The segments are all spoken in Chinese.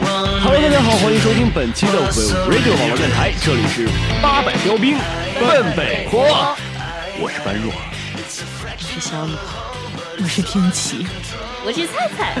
Hello，大家好，欢迎收听本期的 We Radio 网络电台，这里是八百标兵奔北坡，我是般若。是小雨，我是天琪，我是菜菜，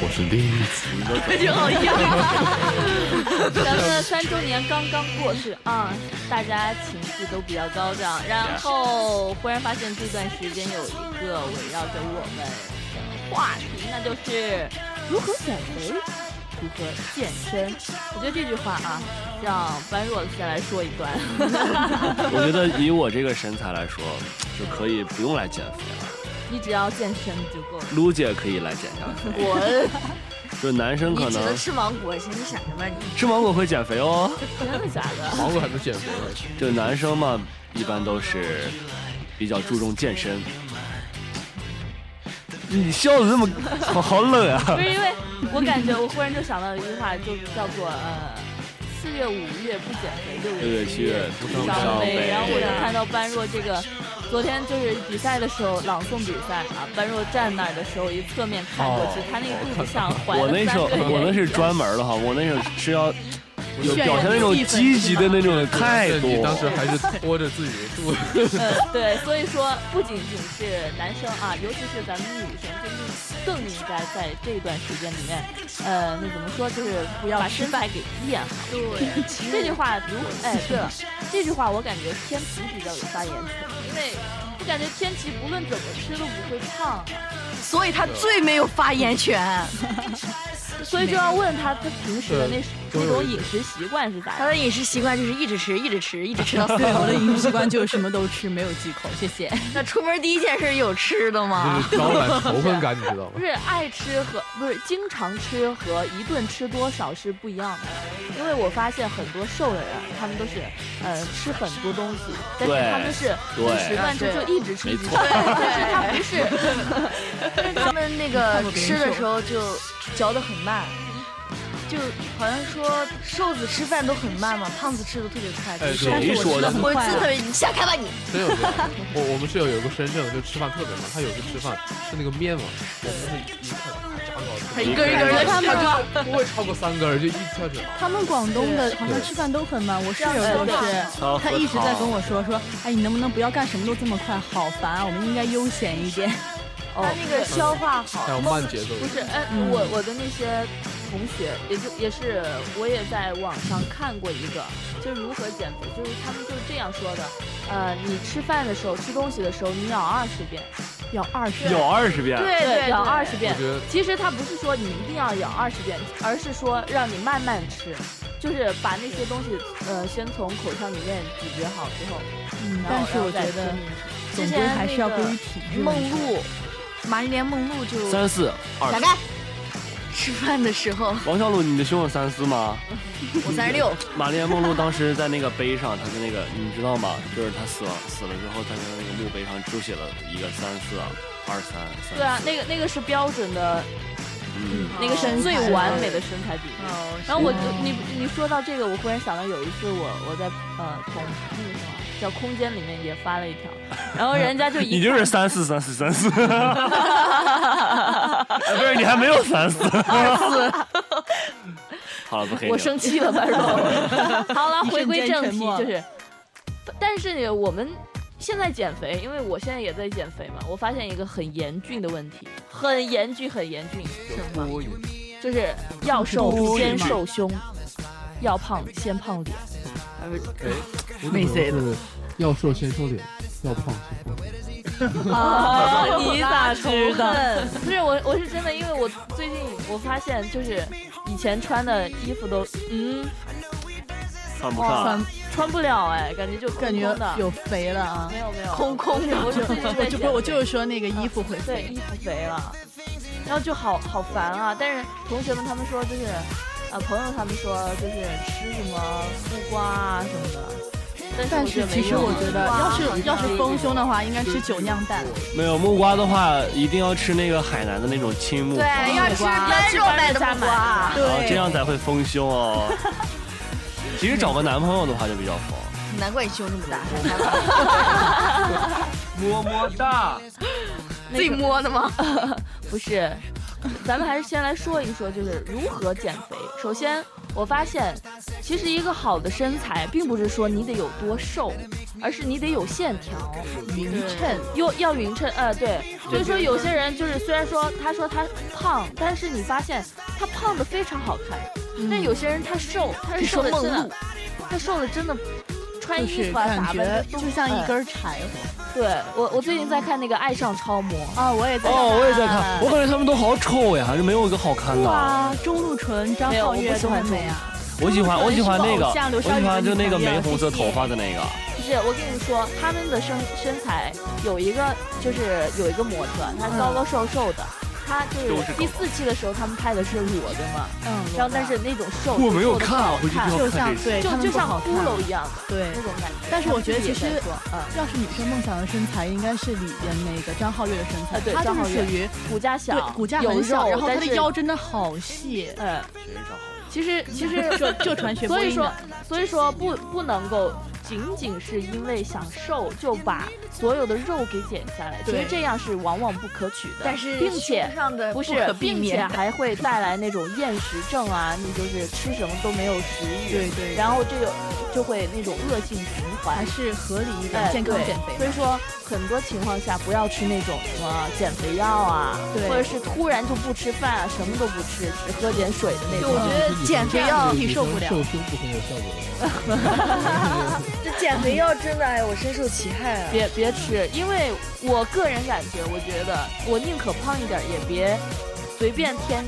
我是另一 子，就好样。咱们三周年刚刚过去啊、大家情绪都比较高涨，然后忽然发现这段时间有一个围绕着我们的话题，那就是如何减肥。如何健身？我觉得这句话啊，让般若先来说一段。 我觉得以我这个身材来说，就可以不用来减肥了。你只要健身就够了。撸姐可以来减下肥，滚！就是男生可你只能能吃芒果，是你傻什么？你吃芒果会减肥哦。真的假的？芒果还能减肥呢？就男生嘛，一般都是比较注重健身。你笑的那么好好冷啊 不！是因为我感觉我忽然就想到一句话，就叫做呃。四月、五月不减肥，六六月月、七七月徒徒伤伤悲悲。然后我就看到般若这个，昨天就是比赛的时候朗诵比赛啊，般若站那儿的时候，一侧面看过去，哦他那个肚子上环我了那三时候个我那圆是圈专门的哈，我那时候是要有渲染表现那种气氛积极的是吗那种态对度。你当时还是拖着自己的 肚子，呃，对，所以说不仅仅是男生啊，尤其是咱们女生，就是更应该在这段时间里面，呃，那怎么说，就是不要把身材给练好。对，这句话如哎，对了，这句话我感觉天琪比较有发言权，因为我感觉天琪不论怎么吃都不会胖啊，所以他最没有发言权。 所以就要问他他平时的那那对都种有饮食习惯是咋他样。的饮食习惯就是一直吃，一直吃，一直吃到死。对我的饮食习 惯就是什么都吃，没有忌口，谢谢。那出门第一件事有吃的就 吗？是招揽 仇恨感，你知道不吗？是爱吃和不是经常吃和一顿吃多少是不一样的，因为我发现很多瘦的人，啊他们都是呃吃很多东西，但是对他们是对饮食贯彻就一直吃一直吃，没错但是他不是，他们那个吃的时候就嚼得很慢，就好像说瘦子吃饭都很慢嘛，胖子吃的特别快。哎就是对谁说的我吃得特别，你下开吧你。真有这样。我我们室友有一个深圳的，就吃饭特别慢，他有时吃饭吃那个面嘛，我们是一块炸糕，一根一根的地吃他 就不会超过三根儿，就一跳起来。他们广东的好像吃饭都很慢，我室友就这样是子，超他核一直在桃跟我说说，哎，你能不能不要干什么都这么快，好烦啊，我们应该悠闲一点。哦他那个消化还好，有哎慢节奏不是，哎、嗯我我的那些同学，也就也是我也在网上看过一个，就是如何减肥，就是他们就是这样说的，呃，你吃饭的时候吃东西的时候你咬二十遍，咬二十有二十遍，对对，咬二十遍我，觉得其实它不是说你一定要咬二十遍，而是说让你慢慢吃，就是把那些东西，呃，先从口腔里面咀嚼好之后，嗯，然但后是我觉得总归之前还是要那归个于体质梦问题。露，玛丽莲梦露就三四二打十。开。吃饭的时候，王小鲁，你的胸有三四吗？我三十六，玛丽莲梦露当时在那个碑上，她的那个你知道吗？就是她死了，死了之后，她的那个墓碑上就写了一个三四啊二三三。对啊，那个那个是标准的，嗯，那个是身材最完美的身材比例。哦然后我就嗯你你说到这个，我忽然想到有一次我我在呃从那个什么叫空间里面也发了一条，然后人家就 一你就是三四三四三四， 哎不是你还没有三四。好了，不黑你我了。生气了， 白若。 好了，一瞬间回归正沉题，默了就是，但是我们现在减肥，因为我现在也在减肥嘛，我发现一个很严峻的问题，很严峻，很严峻，有多瘾。就是要瘦不先是吗瘦胸，要胖先胖脸。哎，没谁了。要瘦先瘦脸，要胖先胖。啊， 你咋知道？不是我，我是真的，因为我最近我发现，就是以前穿的衣服都，嗯，犯不上。穿不哦了哎，感觉就空感觉空的，有肥了啊没，有没有空空的我是最近在我就不是我减就肥是说那个衣服会对，肥，衣服肥了，然后就好好烦啊。但是同学们他们说就是，啊，朋友他们说就是吃什么木瓜啊什么的，但但是是我觉其得没实用我啊觉得，要是要是丰胸的话，应该吃酒酿蛋。没有木瓜的话，一定要吃那个海南的那种青木瓜，对，啊要吃般若卖的木瓜。然后啊这样才会丰胸哦。其实找个男朋友的话就比较丰。难怪你胸这么大，么么哒。那自己个摸的吗？不是，咱们还是先来说一说，就是如何减肥。首先，我发现，其实一个好的身材，并不是说你得有多瘦，而是你得有线条，匀称，又要匀称。呃，对，所以说有些人就是虽然说他说他胖，但是你发现他胖的非常好看，但有些人他瘦，他是瘦的真的，他瘦的真的。穿就衣是服啊，打感扮的觉都嗯就像一很根柴火对我，我最近在看那个《爱上超模》啊！我也在哦，我也在看，我感觉他们都好丑呀，还是没有一个好看的。啊哇，钟陆啊纯、张没有皓我不月喜都欢很美钟啊！我喜欢，我喜欢那个，偶像我刘喜少宇欢跟就那个李小玫燕红色头发的那个。不是，我跟你说，他们的身身材有一个就是有一个模特，她高嗯高瘦瘦的，她就是第四期的时候他们拍的是裸的嘛，嗯，然后但是那种瘦，我没有瘦得看啊回不好去看就就像对，就他们就不像好骷看髅一样的对那。种感觉。但是我觉得他们自己其也实在说嗯，要是女生梦想的身材，应该是里边那个张皓月的身材啊，对她就张是皓属月于骨架对小，骨架有很小，肉然后她但的是腰真的好细，嗯，谁长好？其实其实 这这传学播所以音说的，所以说不不能够仅仅是因为想瘦就把所有的肉给减下来，其实对这样是往往不可取的。但是并且胸上呃的不是可，避并且免。还会带来那种厌食症啊，你就是吃什么都没有食欲，对对然后这个就会那种恶性循环还。是合理一哎点，健康对减肥嘛。所以说很多情况下不要吃那种什么减肥药啊，对或者是突然就不吃饭啊，什么都不吃，只喝点水的那对，种。我觉得减肥药，体受不了瘦胸部很有效果的。这减肥药真的，哎，我深受其害啊。别别吃，因为我个人感觉，我觉得我宁可胖一点，也别随便添，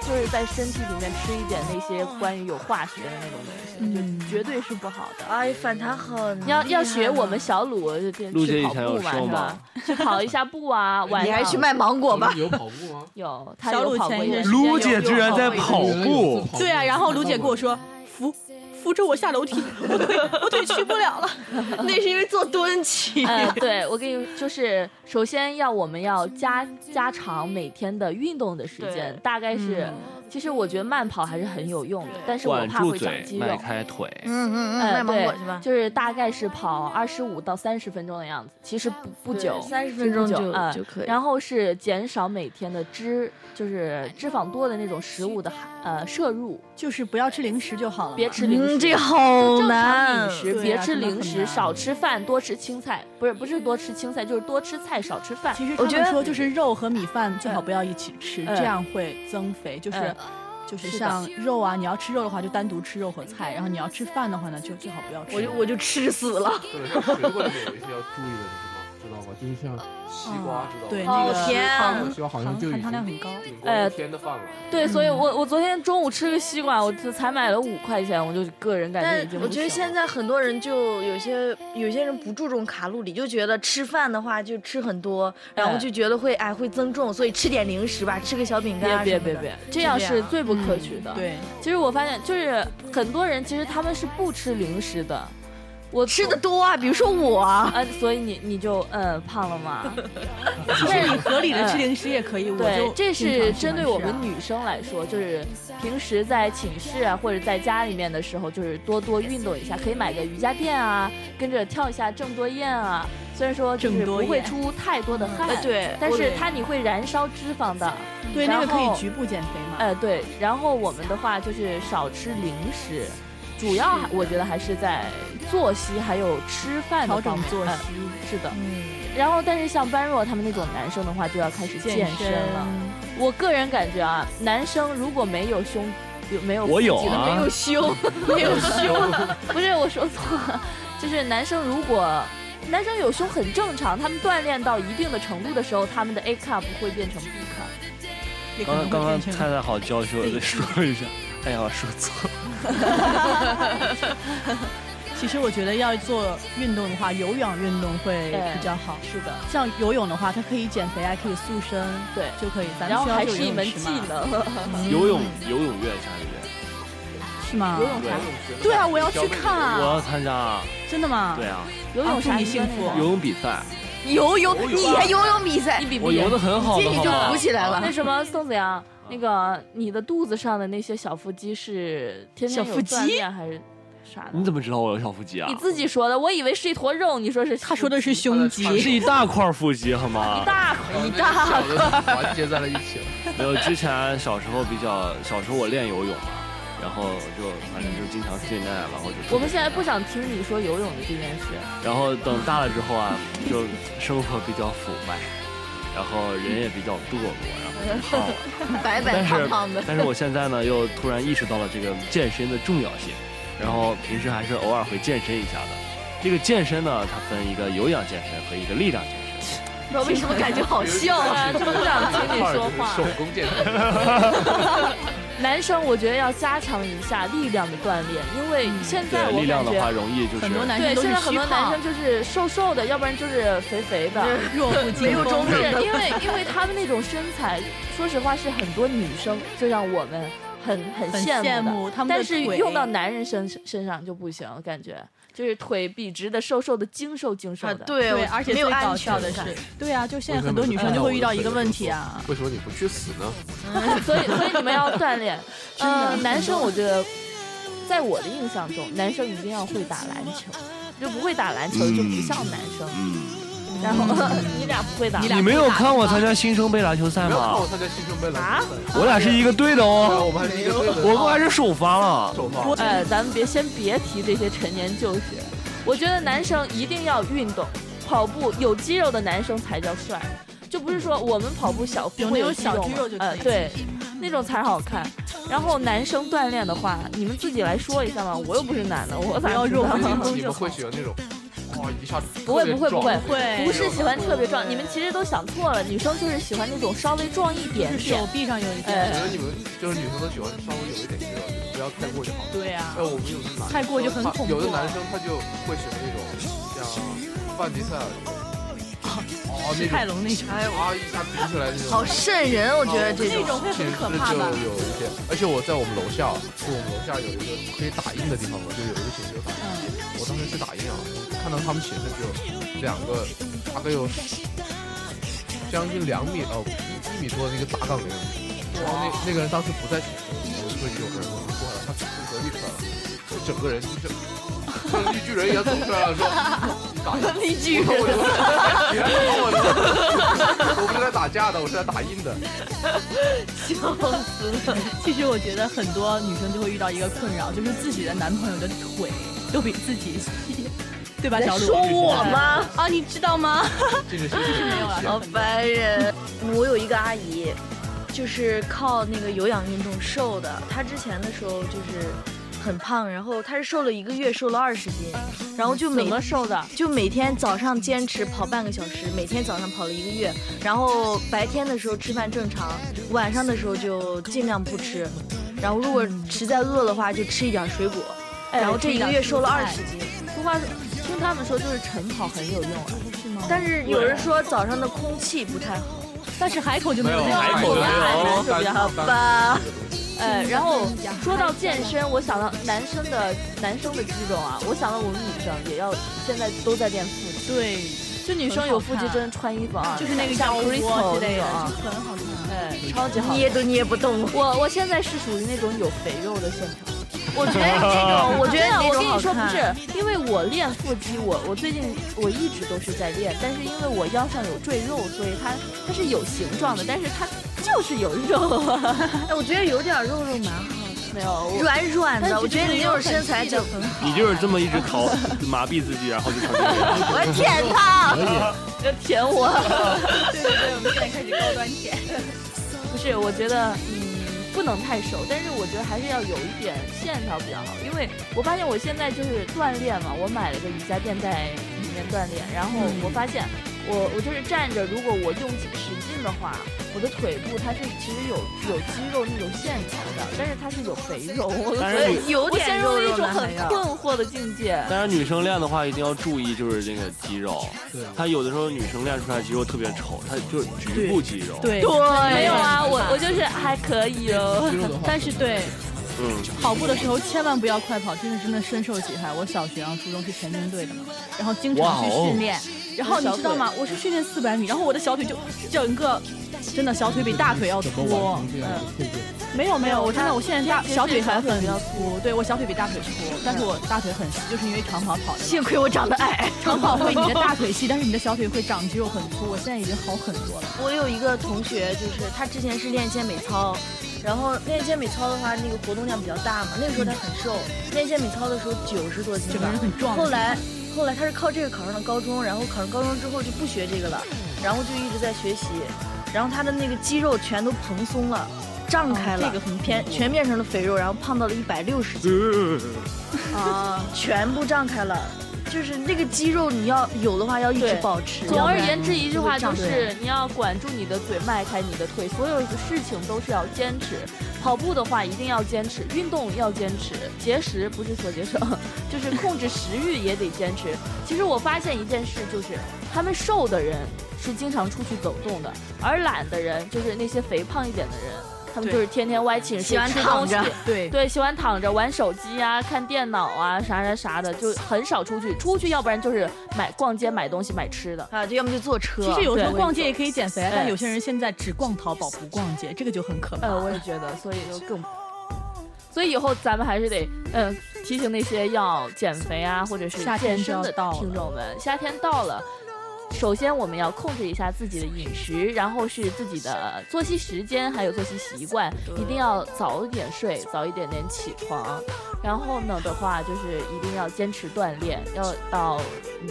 就是在身体里面吃一点那些关于有化学的那种东西，就绝对是不好的。哎，反弹很你要厉害要学我们呢，小鲁，就去陆姐去跑以前有步嘛，说是吧吗？去跑一下步啊，晚 你还上去卖芒果吧？有跑步吗？有，他小有鲁跑前过一一段阵时时间卢姐有居然跑在过一段跑有时有间有步有跑对啊，然后有卢姐跟跑我步说扶扶着我下楼梯，我腿我腿去不了了。 那是因为做蹲起。呃， 对，我跟你就是，首先要我们要加加长每天的运动的时间，对嗯大概是，其实我觉得慢跑还是很有用的，但是我管怕住会长嘴， 肌迈肉。开腿。嗯嗯嗯，呃卖芒果对去吧。就是大概是跑二十五到三十分钟的样子，其实不不久，三十分钟就嗯就可以。然后是减少每天的脂，就是脂肪多的那种食物的含呃摄入，就是不要吃零食就好了，别吃零食。嗯，这个好正常难饮。食，对别啊吃真的零很食，难少吃饭，多吃青菜。不是不是多吃青菜，就是多吃菜，少吃饭。其实我他觉们得说就是肉和米饭最好不要一起吃，嗯这样会增肥。就是嗯就是是的像肉啊，你要吃肉的话就单独吃肉和菜，然后你要吃饭的话呢，就最好不要吃。我就我就吃死了。对，像水果里面有一些要注意的，你知道知道吗？就是像西瓜，知道吗？对那哦个天啊放了糖西瓜好像糖就已含经糖量很高。呃顶过一天的饭了。对，所以我我昨天中午吃个西瓜，我就才买了五块钱，我就个人感觉但已经我觉得现在在很多人就有些有些人不注重卡路里，就觉得吃饭的话就吃很多，然后哎就觉得会哎会增重，所以吃点零食吧，吃个小饼干啊别什么别的别别，这样是最啊不嗯可取的。，对，其实我发现就是很多人其实他们是不吃零食的，我吃的多啊，比如说我啊，啊，所以你你就嗯胖了嘛。其实你合理的吃零食也可以。我对就，这经常喜是欢针对我吃啊们女生来说，就是平时在寝室啊或者在家里面的时候，就是多多运动一下，可以买个瑜伽垫啊，跟着跳一下郑多燕啊。虽然说就是郑不多会嗯呃燕出太多的汗哎，对，但是我它你会燃烧脂肪的。对然那个可后以局部减肥嘛。呃，对。然后我们的话就是少吃零食，主要还我觉得还是在作息还有吃饭调的方整面。作呃息，是的，嗯，然后但是像般若他们那种男生的话，就要开始健身啊了。我个人感觉啊，男生如果没有胸，有没有我有腹肌的啊话，又 羞，没有胸，不是我说错了，就是男生如果男生有胸很正常，他们锻炼到一定的程度的时候，他们的 A cup 会变成 B cup。也可刚能刚会刚变菜成菜好娇羞的说一下，哎呀，说错。其实我觉得要做运动的话，有氧运动会比较好。是的，像游泳的话，它可以减肥啊，可以塑身，对就可以。咱然们后学校还就是有一游门泳池技嘛，能，游泳游泳月下个月，是吗？游泳对啥？对啊，我要去看我啊！要参加。真的吗？对啊，游泳啥？啊祝你幸福游泳比赛，游泳，游泳你还游泳比赛你，比不我游赢？的很好的，你自己好就吗浮起来了那什么，宋子阳，那个你的肚子上的那些小腹肌是天天小有腹肌锻炼还是？啥的你。怎么知道我有小腹肌啊你？自己说的，我以为是一坨肉，你说是他说的是胸 是肌，一大块腹肌好 吗？大块一那大小的环节在了一起了。没有，之前小时候比较，小时候我练游泳嘛，然后就反正就经常训练，然后就我们现在不想听你说游泳的这件事，然后等大了之后啊，就生活比较腐败，然后人也比较堕落，然后就 胖了。白白但胖是胖的，但是我现在呢，又突然意识到了这个健身的重要性，然后平时还是偶尔会健身一下的。这个健身呢，它分一个有氧健身和一个力量健身。不知道为什么感觉好笑对啊啊，！就不想听你说话手。工健身，男生我觉得要加强一下力量的锻炼，因为现在嗯对我力量感的觉话，容易就是很多男对生都是现在很虚多男胖生，就是瘦瘦的，要不然就是肥肥的。 弱不禁没有风中不。是因为因为他们那种身材，说实话是很多女生就让我们很很很羡慕羡的慕他们的但是腿用到男人身身上就不行，感觉就是腿笔直的、瘦瘦的、精瘦精瘦啊，的。对对，而且最没有搞安笑全的感是，对啊，就现在很多女生就会遇到一个问题啊，为什么你不去死呢？ 所以所以你们要锻炼。 真的呃，男生我觉得，在我的印象中，男生一定要会打篮球，就不会打篮球就不像男生。嗯，然后 你俩不会打，你俩你没有看我参加新生杯篮球赛没有看吗我？参加新生杯篮啊球赛，我俩是一个队的对啊哦，我们还是一个队的，啊我们还是首发了。手放。哎，咱们别先别提这些陈年旧事。我觉得男生一定要运动，跑步有肌肉的男生才叫帅，就不是说我们跑步小有会那种小吗肌肉就可以呃，对，那种才好看。然后男生锻炼的话，你们自己来说一下嘛，我又不是男的，我咋不要知肉道 不运动你们会喜欢那种，哇，一下子不会不会不会特别壮会不是喜欢特别壮，你们其实都想错了，女生就是喜欢那种稍微壮一点就是点手。臂上有一我点呃哎，觉得你们就是女生都喜欢稍微有一点肌肉，不要太过就好。对啊哎，，我们有的男太过就很恐怖啊有的男生他就会喜欢那种像范迪塞尔，啊哦那泰种，隆那种，哎哇一下顶起来那种，好瘆人，我觉得这哦那种种会其很实可就怕吧？有一些，而且我在我们楼下，就我们楼下有一个可以打印的地方嘛，就有一个寝室有打印，嗯我当时去打印啊，看到他们寝室只有两个，大概有将近两米哦一米多的那个大杠铃，然后那那个人当时不在寝室，我说有人我过来，他从隔壁出来了，就整个人就是。像绿巨人一样走出来了，说：“打 印。”例我我哎句，我我不是来 打架的，我是来打印的。 其实我觉得很多女生就会遇到一个困扰，就是自己的男朋友的腿都比自己细，对吧？小鲁说我吗？啊，你知道吗？这个是没有好烦人。我有一个阿姨，就是靠那个有氧运动瘦的。她之前的时候就是很胖，然后她是瘦了一个月，瘦了二十斤，然后就怎每么瘦的？就每天早上坚持跑半个小时，每天早上跑了一个月，然后白天的时候吃饭正常，晚上的时候就尽量不吃，然后如果实在饿的话就吃一点水果，哎然后嗯这一个月瘦了二十。斤。俗话说，听他们说就是晨跑很有用啊，是吗？但是有人说早上的空气不太好，但是海口就没有这样，海口没有单好 吧？呃，然后说到健身，我想到男生的男生的肌肉啊，我想到我们女生也要现在都在练腹肌，对，就女生有腹肌真的穿衣服啊，就是那个像腰窝 Crystal 之那类的，种啊，就很好看。哎，超级好。嗯捏都捏不动。我我现在是属于那种有肥肉的线条，我觉得那种，我觉得真的那我种跟好你说不看。是，因为我练腹肌，我我最近我一直都是在练，但是因为我腰上有赘肉，所以它它是有形状的，但是它就是有肉啊，哎，我觉得有点肉肉蛮好，没有我软软但是的。我觉得你那种身材就，你就是这么一直考麻痹自己，然后就成这样。我舔它。要舔我。 对 对对，我们现在开始高端舔。不是，我觉得嗯不能太瘦，但是我觉得还是要有一点线条比较好，因为我发现我现在就是锻炼嘛，我买了个瑜伽垫在里面锻炼，然后嗯我发现我我就是站着，如果我用劲使劲的话，我的腿部它是其实有有肌肉那种线条的，但是它是有肥肉，我但所是以你有我陷点入肉了一肉种的，很还要困惑的境界。 但是女生练的话，一定要注意就是那个肌肉。她有的时候女生练出来肌肉特别丑，她就是局部肌肉。，对，对没有啊，我我就是还可以哦。但是对嗯，跑步的时候千万不要快跑，真的真的深受其害。我小学啊、初中是田径队的嘛，然后哦经常去训练，然后你知道吗？我是训练四百米，然后我的小腿就整个真的小腿比大腿要怎么完粗啊成。这样的蜕变？没有没有，我真的我现在大其实小腿小还腿很比较粗，对我小腿比大腿粗，但是我大腿很细，就是因为长跑跑的。幸亏我长得矮。长跑会你的大腿 细，但是你的小腿会长肌肉很粗。我现在已经好很多了。我有一个同学，就是他之前是练健美操，然后练健美操的话，那个活动量比较大嘛，那个时候他很瘦，练健美操的时候九十多斤整个吧人，很壮后来后来他是靠这个考上了高中，然后考上高中之后就不学这个了，然后就一直在学习，然后他的那个肌肉全都蓬松了。胀开了，哦这个很恐全怖全变成了肥肉，然后胖到了一百六十斤，啊。全部胀开了。就是那个肌肉，你要有的话要一直对保持。总要不而然言之，一句话就就会长是你要管住你的嘴，迈开你的腿，所有的事情都是要坚持。跑步的话一定要坚持，运动要坚持，节食不是说节食，啊 就是控制食欲也得坚持。其实我发现一件事，就是他们瘦的人是经常出去走动的，而懒的人就是那些肥胖一点的人，他们对就是天天歪七喜吃欢吃躺东西着。对，对，喜欢躺着玩手机啊、看电脑啊、啥啥啥的，就很少出去。出去要不然就是买逛街、买东西、买吃的。啊，就要么就坐车。其实有时候对逛街也可以减肥，啊但哎有些人现在只逛淘宝不逛街，这个就很可怕。呃，我也觉得，所以就更，所以以后咱们还是得，嗯、提醒那些要减肥啊，或者是夏天健身就的要到了听众们，夏天到了。首先，我们要控制一下自己的饮食，然后是自己的作息时间，还有作息习惯，一定要早一点睡，早一点点起床。然后呢的话，就是一定要坚持锻炼，要到嗯，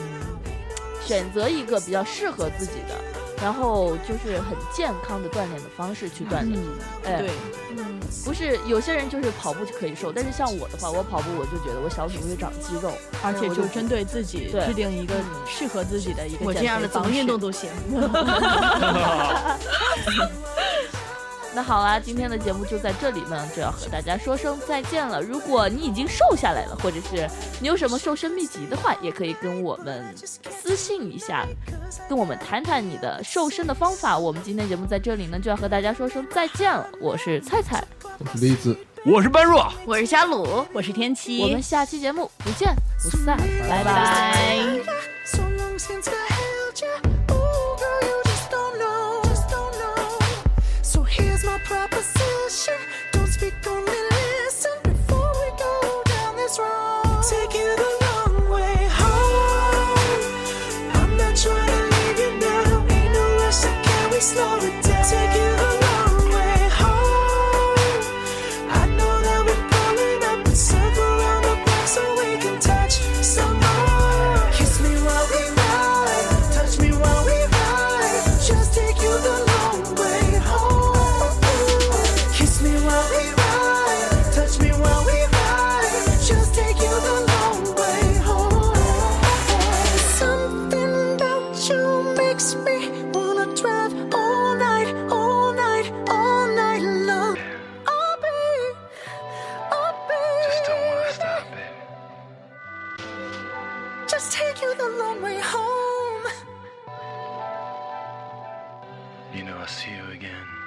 选择一个比较适合自己的，然后就是很健康的锻炼的方式去锻炼。嗯，哎，对，不是有些人就是跑步就可以瘦，但是像我的话，我跑步我就觉得我小腿会长肌肉，而且我就针对自己对制定一个适合自己的一个我这样的减肥怎方么式运动。都行。那好啦，今天的节目就在这里呢，就要和大家说声再见了。如果你已经瘦下来了，或者是你有什么瘦身秘籍的话，也可以跟我们私信一下，跟我们谈谈你的瘦身的方法。我们今天节目在这里呢，就要和大家说声再见了。我是菜菜，我是栗子，我是般若，我是夏鲁，我是天琪，我们下期节目不见不散，拜拜。 So long since I held you. Ooh, girl, you just don't know, just don't know. So here's my proposition. Don't speak, only listen before we go down this road. Take you the long way home. I'm not trying to leave you now. Ain't no rush, so can we slow it down? Take you the long way home. I know that we're pulling up and circle around the block so we can touch some more. Kiss me while we ride, touch me while we ride. Just take you the long way home. Kiss me while we ride, touch me while we ride. Just take you the long way home. Something about you makes me wanna drive all night, all night, all night long. I'll be, I'll be. Just don't wanna stop it. Just take you the long way home. You know, I'll see you again.